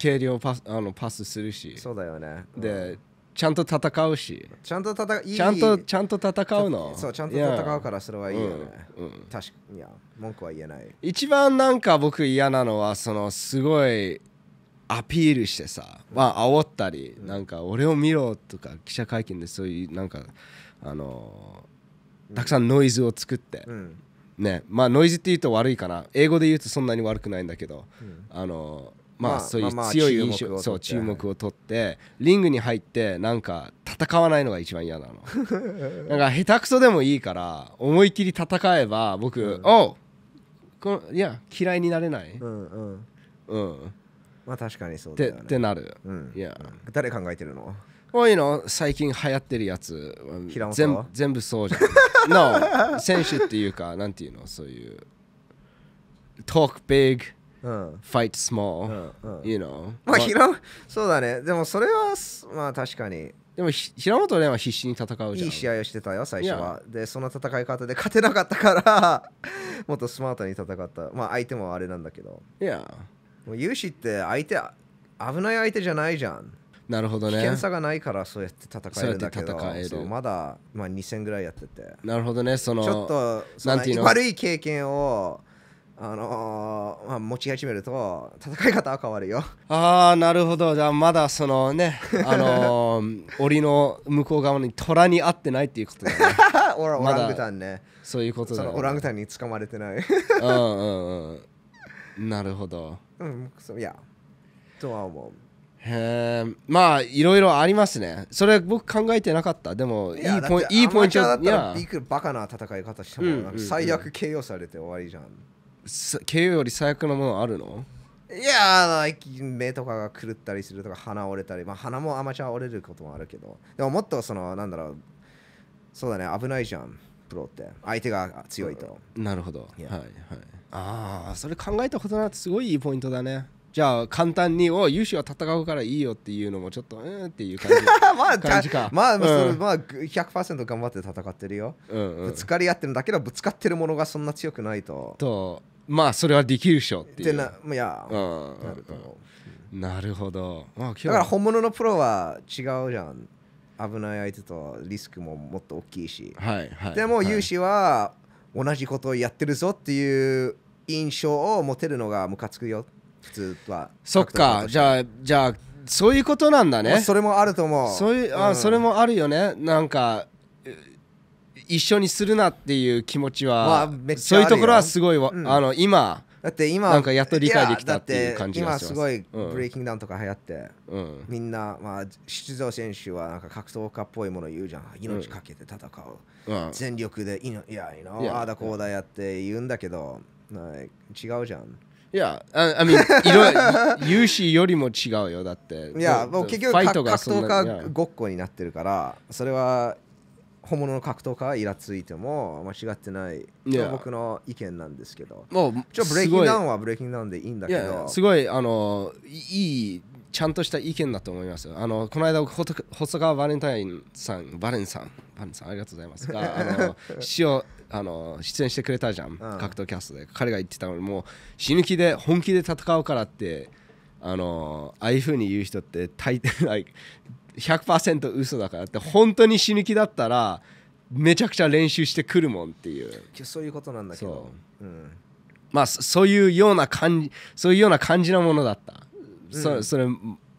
軽量パスあのパスするし
戦おうそうだよね。うん
でちゃんと戦うし
ちゃんと戦う、いい
ちゃんとちゃんと戦うの
そう、ちゃんと戦うかららそれはいいよね。
うんうん
確かに、いや、文句は言えない。
一番なんか僕嫌なのはそのすごいアピールしてさまあ煽ったりなんか俺を見ろとか記者会見でそういうなんかあのーたくさんノイズを作って
うん。
ねまあノイズって言うと悪いかな英語で言うとそんなに悪くないんだけど
うん
あのま
ま
あ
あ
そういう
まあまあ
強い印
注目
象
を取って
そう注目を取ってリングに入ってなんか戦わないのが一番嫌なの なんか下手くそでもいいから思い切り戦えば僕「おうこのいや嫌いになれない」
うんうん。
うんっ
まあ確かにそうだ
て
よ
っ
ね。
てなる
うん
いや
誰考えてるの
こういうの最近流行ってるやつうん
平本
全全部そうじゃん No 選手っていうかなんていうのそういう Talk big
うん。
fight small、
うんうん
you know
まあ、平尾そうだね。でも、それはす、まあ、確かに、
でもひ平本蓮は必死に戦うじゃん
いい試合をしてたよ、最初は。で、その戦い方で勝てなかったから、 もっとスマートに戦った。まあ、相手もあれなんだけど。
いや
もう、勇士って、相手、危ない相手じゃないじゃん。
なるほど
危
ね
険さがないから、そうやって戦えるんだけ
そう
ど
やって戦え、る
そうまだ、まあ、2000ぐらいやってて。
なるほどねその
ちょっと、その
なんていうの
悪い経験を、あのーまあ、持ち始めると、戦い方は変わるよ。
ああなるほどじゃあまだそのねあのー、檻の向こう側に虎に合ってないっていうことだね
オラオ
まだ
ラングタンね。
そういうことだ
そ
ね
のオラングタンに掴まれてない。
うんうんうんなるほど
うん、そういや。とは思う。
へえまあいろいろありますねそれ僕考えてなかったでもいいポイントいいポイント
だったら
い
い
や
くらバカな戦い方して
うんうん
もなんか
うん
最悪 KO されて終わりじゃん。
す KO より最悪のものあるの
いやー、目とかが狂ったりするとか鼻折れたり、まあ鼻もアマチュア折れることもあるけど、でももっとそのなんだろう、そうだね、危ないじゃん、プロって。相手が強いと。
なるほど。
いや
はいはい。ああ、それ考えたことなってすごいいいポイントだね。じゃあ簡単に、お勇士は戦うからいいよっていうのもちょっと、うーんっていう 感じ。
あまあ、
感じか
まあ、まあそれ
うん
まあ、100%頑張って戦ってるよ。
うんう
ぶ
ん。
つかり合ってるんだけど、ぶつかってるものがそんな強くないと。
と、まあそれはできるでしょって
っ
い
て
う。
な、いや
う、ん
なると思う。
なるほど。まあ今日
だから本物のプロは違うじゃん。危ない相手とリスクももっと大きいし。
はいはい。
でも
はい
勇士は同じことをやってるぞっていう印象を持てるのがムカつくよ。普通は。
そっか、じゃあ、じゃあ、そういうことなんだ
まあ
ね。
それもあると思う。
そういう、あ
ん
それ。もあるよね。なんか、え一緒にするなっていう気持ちは、
まあめっちゃ
そういうところはすごいわ、
あるようん
あの今、
だって今、
なんかやっと理解できたっていう
やだ
感じがします
今すごい
うん
ブレイキングダウンとか流行って。
うん、
みんな、まあ、出場選手はなんか格闘家っぽいもの言うじゃん。命かけて戦う。
うん、
全力でいのいやいの
Yeah.
ああだこうだやって言うんだけど、ない違うじゃん。
いや、あ、あみ、いろいろ、有志よりも違うよ、だって。
いや
ど
もう
ど
結局
ファ
か
イト
格
がそん
闘
な
家
に
ごっこになってるからそれは本物の格闘家はイラついても間違ってない
いや
僕の意見なんですけど
いやもう、
ちょブレイキングダウンはブレイキングダウンでいいんだ
い
け
やいや
ど
すごい、あの、いいい、ちゃんとした意見だと思いますよ。あの、この間、ほと細川バレンタインさん、バレンさん、バレンさん、ありがとうございます。が、あ の、師匠、あの、出演してくれたじゃん、格闘キャストで。彼が言ってたのに、もう、死ぬ気で、本気で戦うからって、あの、ああいうふうに言う人って、大抵、like 100%嘘だからって、本当に死ぬ気だったら、めちゃくちゃ練習してくるもんっていう
きそういうことなんだけどうん
まあそそういうような感じそういうような感じのものだった、そそれ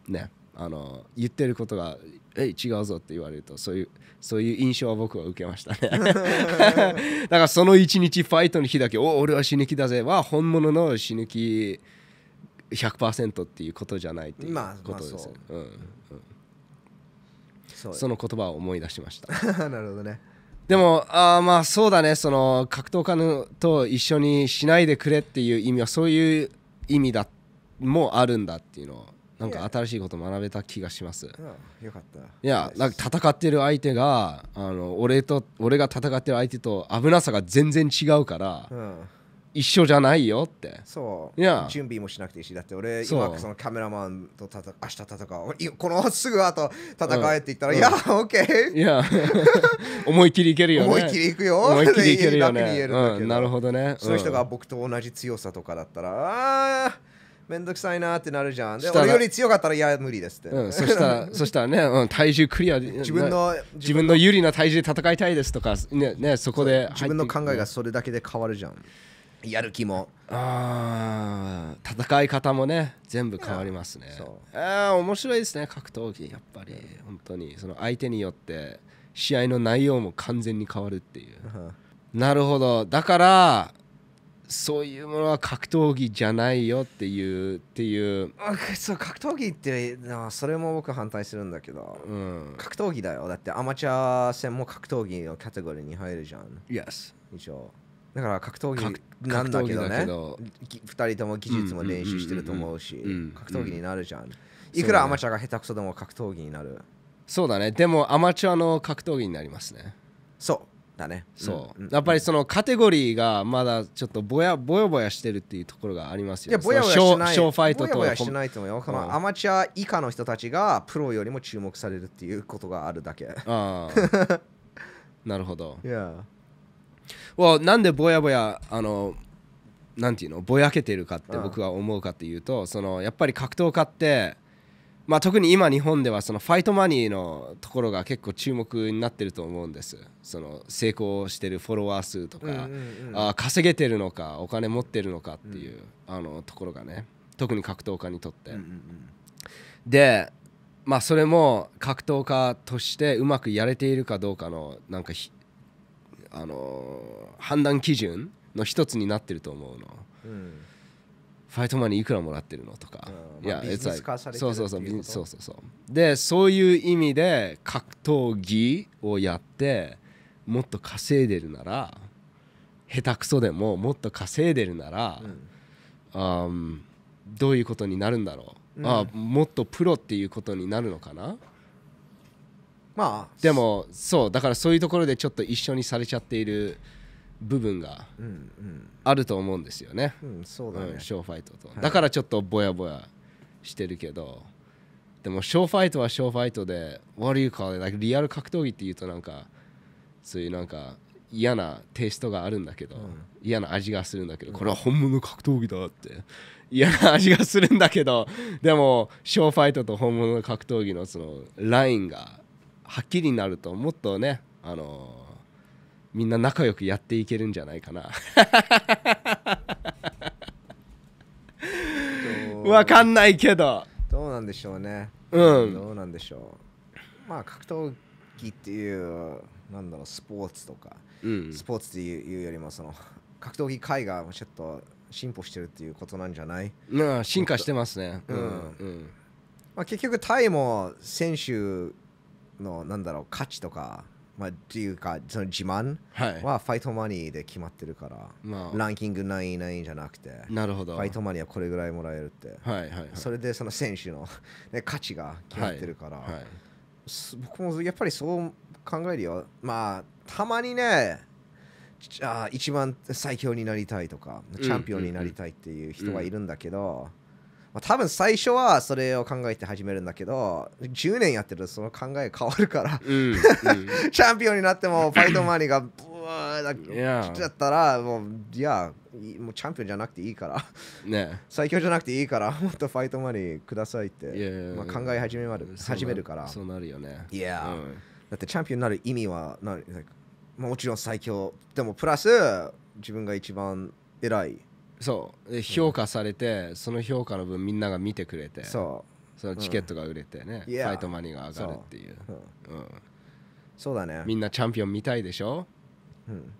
ねあの言ってることが「え違うぞ」って言われるとそういうそういう印象は僕は受けましたねだからその一日ファイトの日だけ「お俺は死ぬ気だぜ」は本物の死ぬ気100%っていうことじゃないっていう
まあ
ことですよね、うん
そう
うん、その言葉を思い出しました
なるほどね
でもあーまあそうだねその格闘家のと一緒にしないでくれっていう意味はそういう意味だもあるんだっていうのをなんか新しいこと学べた気がします
うんよかった
いやなんか戦ってる相手があの俺と俺が戦ってる相手と危なさが全然違うから
うん
一緒じゃないよって
そう、
いや
準備もしなくていいしだって俺
そう
今そのカメラマンと戦明日戦おういこのすぐ後戦えって言ったら、
うん
いやオッケ
いや 思い切りいける
ー
よね
思い切りいくよ
思い切りいけるよ
楽に言
ね
えるんだけど
うんなるほどね
その
う
人
ん
が僕と同じ強さとかだったら、あーめんどくさいなってなるじゃん。で、
したら
俺より強かったら、いや、無理ですって。
うん、そしたらそしたらね、うん、体重クリア
自分の
自分の有利な体重で戦いたいですとかねねそこで入って
自分の考えがそれだけで変わるじゃん。やる気も。
あー戦い方もね全部変わりますね
そう
あー面白いですね格闘技やっぱり本当にその相手によって試合の内容も完全に変わるっていう
うん
なるほどだからそういうものは格闘技じゃないよっていうっていう
あそう格闘技ってなそれも僕反対するんだけど
うん
格闘技だよだってアマチュア戦も格闘技のキャテゴリーに入るじゃん
Yes
一応だから格闘技
格
なんだけど
格闘技だけ
ね
ど
ぎ二人とも技術も練習してると思うし
うんうんうんうん
格闘技になるじゃん
ね
いくらアマチュアが下手くそでも格闘技になる
そうだねでもアマチュアの格闘技になりますね
そうだね
そう、
んん
やっぱりそのカテゴリーがまだちょっとぼやぼやぼやしてるっていうところがありますよ
いやぼやぼや
その
しない
小小ファイト
ぼや
と
ぼやしてないと思うよこ
うん
のアマチュア以下の人たちがプロよりも注目されるっていうことがあるだ け
あ ーなるほど
いや
well, なんでぼやぼやあのなんていうのぼやけてるかって
うん
僕は思うかっていうと、そのやっぱり格闘家ってまあ特に今日本ではそのファイトマニーのところが結構注目になってると思うんですその成功してるフォロワー数とか、あー稼げてるのかお金持ってるのかっていう、あのところがね特に格闘家にとって、でまあそれも格闘家としてうまくやれているかどうかのなんかひあのー判断基準の一つになってると思うのファイトマネーいくらもらってるのとか、
うんまあ
it's
ビジネス化されてる
like- そうそうそう
って
ビ
いう
ジ
こと
そうそうそうでそういう意味で格闘技をやってもっと稼いでるなら下手くそでももっと稼いでるなら、あーどういうことになるんだろう、
うん
あーもっとプロっていうことになるのかな
まあ
でもそうだからそういうところでちょっと一緒にされちゃっている部分が
うん
あると思うんですよね、
うんうんそうだ
う
ね
ん、ショーファイトと、
い
だからちょっとぼやぼやしてるけどでもショーファイトはショーファイトで What do you call it? Like, リアル格闘技っていうとなんかそういうなんか嫌なテイストがあるんだけど、
ん
嫌な味がするんだけど、これは本物の格闘技だって嫌な味がするんだけどでもショーファイトと本物の格闘技のそのラインがはっきりになるともっとねあのみんな仲良くやっていけるんじゃないかな。わかんないけど。
どうなんでしょうね
うん
どうなんでしょうまあ格闘技っていうなんだろうスポーツとか
うん
スポーツっていうよりもその格闘技界がちょっと進歩してるっていうことなんじゃない
うん、進化してますね。
うん
うん
まあ、結局タイも選手のなんだろう価値とか、まあ、っていうかその自慢
はい。
はファイトマニーで決まってるから、
まあ、
ランキング何位何位じゃなくてフ
なるほど。は
ァイ
い
トマニーはこれぐらいもらえるって、
はいはい。
それでその選手の、ね、価値が決まってるから、
はい
す僕もやっぱりそう考えるよまあたまにねちあー一番最強になりたいとか
ん
チャンピオンになりたいっていう人はいるんだけど、まあ、多分最初はそれを考えて始めるんだけど10年やってるとその考え変わるから
うん。うん
チャンピオンになってもファイトマニーがブワーだ
いや
来ちゃったらもういやいもうチャンピオンじゃなくていいから
ね
最強じゃなくていいからもっとファイトマニーくださいって
いやいやい
ま
や
あ、考え 始めまる
そうな
始めるから
そうなるよね。
いや
うん
だってチャンピオンになる意味はな、まあ、もちろん最強でもプラス自分が一番偉い
そうで評価されて、その評価の分みんなが見てくれて
そ
そのチケットが売れてね、
Yeah
ファイトマニーが上がるっていう
う、うん
うん
そうだね
みんなチャンピオン見たいでしょ
うん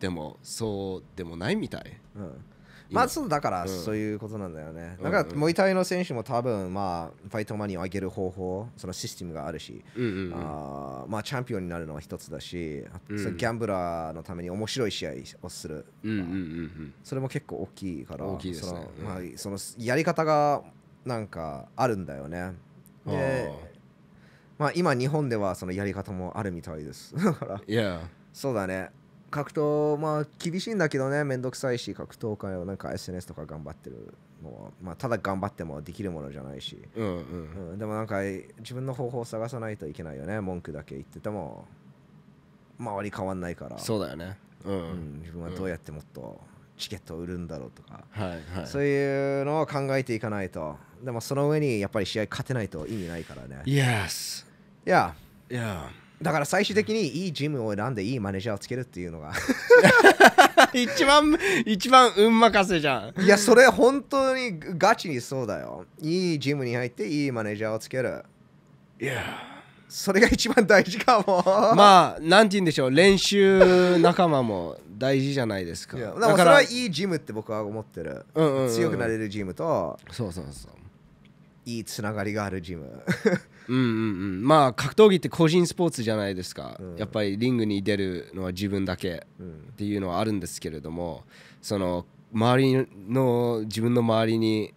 でもそうでもないみたい
うん
今
まあそうだから、
うん
そういうことなんだよね。
うんう
だ
ん
から、モイタイの選手も多分、まあ、ファイトマニーを上げる方法、そのシステムがあるし、
うんうんうん
あーまあ、チャンピオンになるのは一つだし、あと
うん
そのギャンブラーのために面白い試合をする、
うんうんうん
それも結構大きいから、
大きいですね
その
うん
まあ、そのやり方がなんかあるんだよね。
うん
で、まあ、今、日本ではそのやり方もあるみたいです。 だから、
いや
そうだね。格闘、まあ、厳しいんだけどね、めんどくさいし、格闘家をなんか SNS とか頑張ってるのは、まあ、ただ頑張ってもできるものじゃないし、
うんう
うんん、でもなんか、自分の方法を探さないといけないよね、文句だけ言ってても、周り変わんないから、
そうだよねう
うんん、自分はどうやってもっとチケットを売るんだろうとか、
はいはい
そういうのを考えていかないと、でもその上にやっぱり試合勝てないと意味ないからね。い
Yes
や、
いや
だから最終的にいいジムを選んでいいマネージャーをつけるっていうのが。
一番一番運任せじゃん
いや、それ本当にガチにそうだよ。いいジムに入っていいマネージャーをつける。
いや
それが一番大事かも。あ、
まあなんて言うんでしょう練習仲間も大事じゃないですか
でもそれはいいジムって僕は思ってる。
うんうんうん
強くなれるジムと、
そうそうそう
いいつながりがある ジム。
うんうんうん、まあ格闘技って個人スポーツじゃないですか、
うん
やっぱりリングに出るのは自分だけ
うん
っていうのはあるんですけれどもその周りの自分の周りに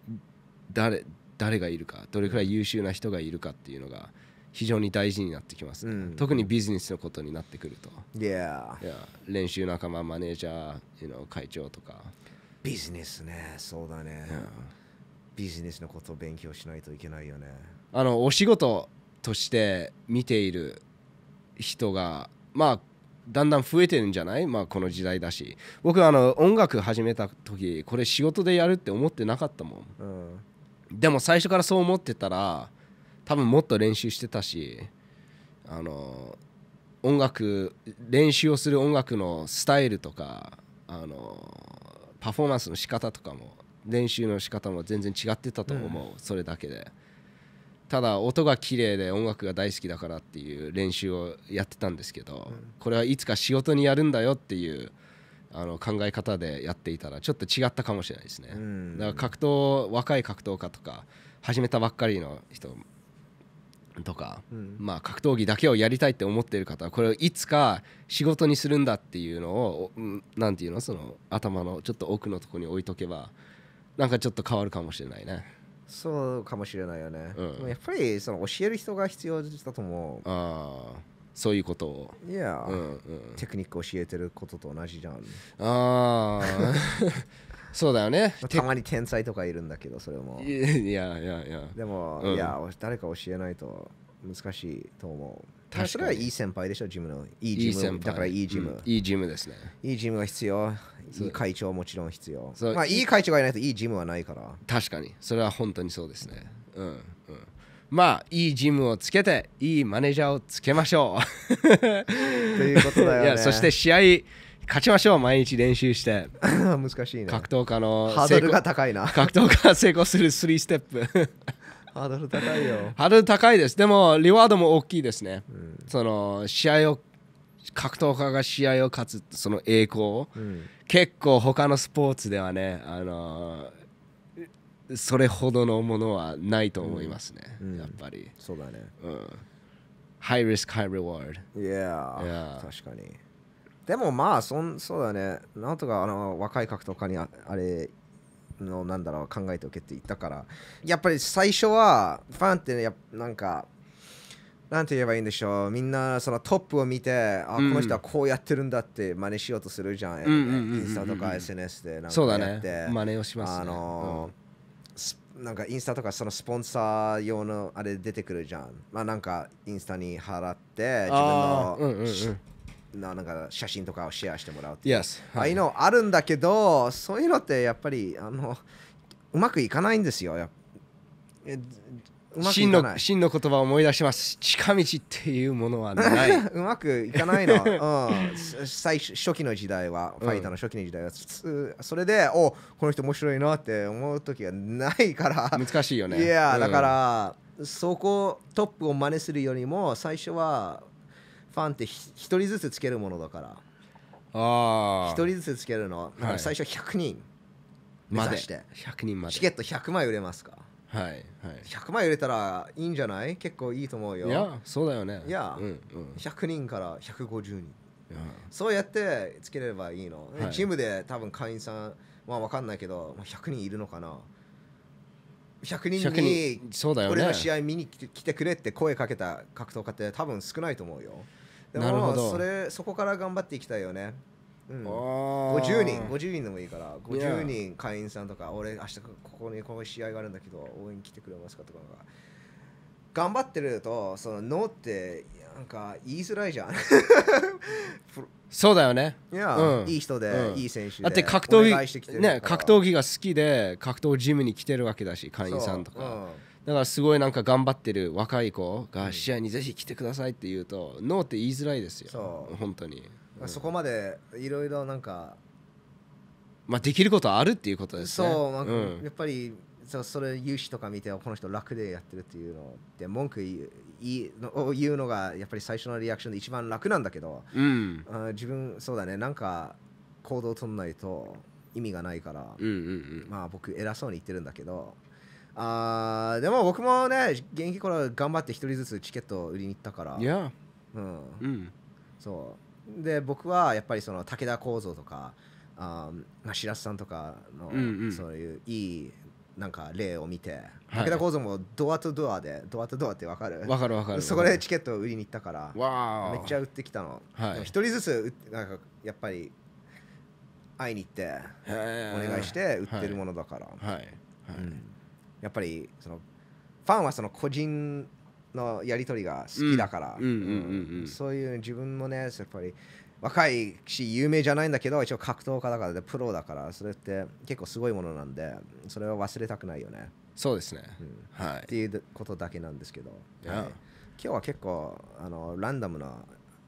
誰誰がいるかどれくらい優秀な人がいるかっていうのが非常に大事になってきます、
うん
特にビジネスのことになってくると
Yeah。
いや練習仲間マネージャー you know 会長とか、
ビジネスね。そうだね。
いや
ビジネスのことを勉強しないといけないよね。
あのお仕事として見ている人がまあだんだん増えてるんじゃないまあこの時代だし僕あの音楽始めた時これ仕事でやるって思ってなかったもん
うん。
でも最初からそう思ってたら多分もっと練習してたしあの音楽練習をする音楽のスタイルとかあのパフォーマンスの仕方とかも練習の仕方も全然違ってたと思う、それだけでただ音が綺麗で音楽が大好きだからっていう練習をやってたんですけど、これはいつか仕事にやるんだよっていうあの考え方でやっていたらちょっと違ったかもしれないですね、
うん
だから格闘若い格闘家とか始めたばっかりの人とか、
うん
まあ、格闘技だけをやりたいって思ってる方はこれをいつか仕事にするんだっていうのを何ていうのその頭のちょっと奥のところに置いとけばなんかちょっと変わるかもしれないね
そうかもしれないよね。
うん
でもやっぱりその教える人が必要だと思
ああそういうことを、
う。いや、
うんうん、
テクニック教えてることと同じ じゃん。
ああ そうだよね
まあたまに天才とかいるんだけどそれも
いやいやいやいや
でも、
うん
いや誰か教えないと難しいと思う
確かに
それはいい先輩でしょジムのいいジムだからいいジ
う
ム、
んいいジムですね
いいジムが必要
そう
いい会長もちろん必要
そう
まあいい会長がいないといいジムはないから
確かにそれは本当にそうですねうんうんまあいいジムをつけていいマネージャーをつけましょ
ということ
うい
だよね
やそして試合勝ちましょう毎日練習して
難しいね
格闘家の
ハードル
成
が 高いな
功格闘家が成功する3ステップ
ハードル高いよ
ハードル高いですでもリワードも大きいですね、
ん
その試合を格闘家が試合を勝つその栄光を
うん
結構他のスポーツではね、あのーそれほどのものはないと思いますね、
うん
やっぱり、
そうだね
うん、High risk, high reward
いや
いや
ー確かにでもまあそんそうだねなんとかあの若い格闘家にああれのなんだろう考えておけって言ったからやっぱり最初はファンってねやっぱなんかなんて言えばいいんでしょうみんなそのトップを見て、あこ
うん
の人はこうやってるんだって真似しようとするじゃん、
んうんうんうんうん
インスタとか SNS でなん
そう
か
だ
やって
ね真似をしますね
あのースなんかインスタとかそのスポンサー用のあれ出てくるじゃん。まあなんかインスタに払って自
あ
分
ー
の,、
うんうんうん
ななんか写真とかをシェアしてもらうっていう。
Yes
ああいうのあるんだけどそういうのってやっぱりあのうまくいかないんですよ。やっえうまくい
真
か
の
ない。
真の言葉を思い出します近道っていうものは ない
うまくいかな いの。うん、す最初初期の時代は、ファイターの初期の時代は、つそれで、おこの人面白いなって思う時はないから。
難しいよね
いや、だからら、そこトップを真似するよりも最初はファンってひ一人ずつつけるものだから
あ
一
あ
人ずつつけるの、
はい
最初100人目
まで
指して
100人まで
チケット100枚売れますか
はいはい
100枚売れたらいいんじゃない結構いいと思う
い
よ
やそうだよね
いや
うんうん
100人から150人
いや
そうやってつければいいの、
はい
チームで多分会員さんは分かんないけどまあ100人いるのかな100人
100
に
人そうだよ
俺
ね
の試合見に来て来てくれって声かけた格闘家って多分少ないと思うよで
なるほど
もそれそこから頑張っていきたいよね、うん、50
50
人50人でもいいから
や
50人会員さんとか俺明日ここにこの試合があるんだけど応援来てくれますかとかが頑張ってるとそのノーってなんか言いづらいじゃん
そうだよね
いや、
うん
いい人で、
うん
いい選手で
だって格闘
お願いしてきて
技
るから
ね格闘技が好きで格闘ジムに来てるわけだし会員さんと
そう
かだからすごいなんか頑張ってる若い子
う
が
ん
試合にぜひ来てくださいって言うとノーって言いづらいですよ
そう
本当に
うんそこまでいろいろなんか
まあできることはあるっていうことですね
そう、なんか
うん
やっぱりそうそれ融資とか見てこの人楽でやってるっていうのって文句言う言いのを言うのがやっぱり最初のリアクションで一番楽なんだけど
うん
あー自分そうだねなんか行動を取んないと意味がないから、
うんうん
まあ僕偉そうに言ってるんだけどあーでも僕もね現役頃頑張って一人ずつチケットを売りに行ったから
うんいや
うん、
うん
そうで僕はやっぱりその武田構造とかあーまあ白洲さんとかの、
うんうん
そういういいなんか例を見て、
はい
武田構造もドアとドアでドアとドアってわかる
わかるわかる
そこでチケットを売りに行ったから
わあ
めっちゃ売ってきたの
はい
でも一人ずつ売っなんかやっぱり会いに行ってお
お
願いして売ってるものだから、
はいはい
うんやっぱりそのファンはその個人のやり取りが好きだから、
うんうんうんうんうん
そういう自分もねやっぱり若いし有名じゃないんだけど一応格闘家だからでプロだからそれって結構すごいものなんでそれは忘れたくないよね、
そうですね
うん
は
っ
い
ていうことだけなんですけど、
いや
はい今日は結構あのランダムな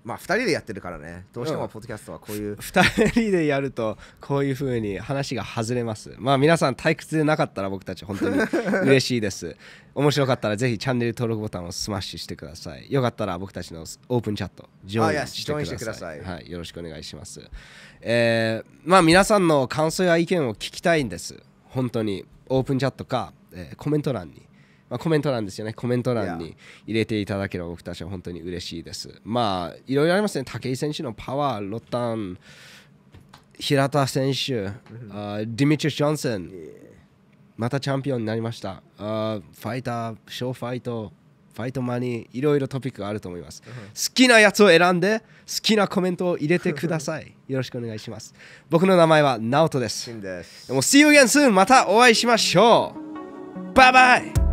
まあ2人でやってるからねどうして
うん
もポッドキャストはこういう
2人でやるとこういう風に話が外れますまあ皆さん退屈でなかったら僕たち本 当に嬉しいです面白かったらぜひチャンネル登録ボタンをスマッシュしてくださいよかったら僕たちのオープンチャットジ
あい
ョイ
や
ンしてください
ジョインしてくだ
はい、よろしくお願いしますえーまあ皆さんの感想や意見を聞きたいんです本当にオープンチャットか、えーコメント欄にまあ、コメント欄ですよねコメント欄
い
に入れていただければ僕たちは本当に嬉しいですまあいろいろありますね武井選手のパワーロッタン平田選手、あーディミチュス・ジョンソン、またチャンピオンになりました。あーファイター、ショーファイト、ファイトマニー、いろいろトピックがあると思います。好きなやつを選んで、好きなコメントを入れてください。よろしくお願いします。僕の名前はナオトです
シ。ーンです
もう See you again soon! またお会いしましょうバイバイ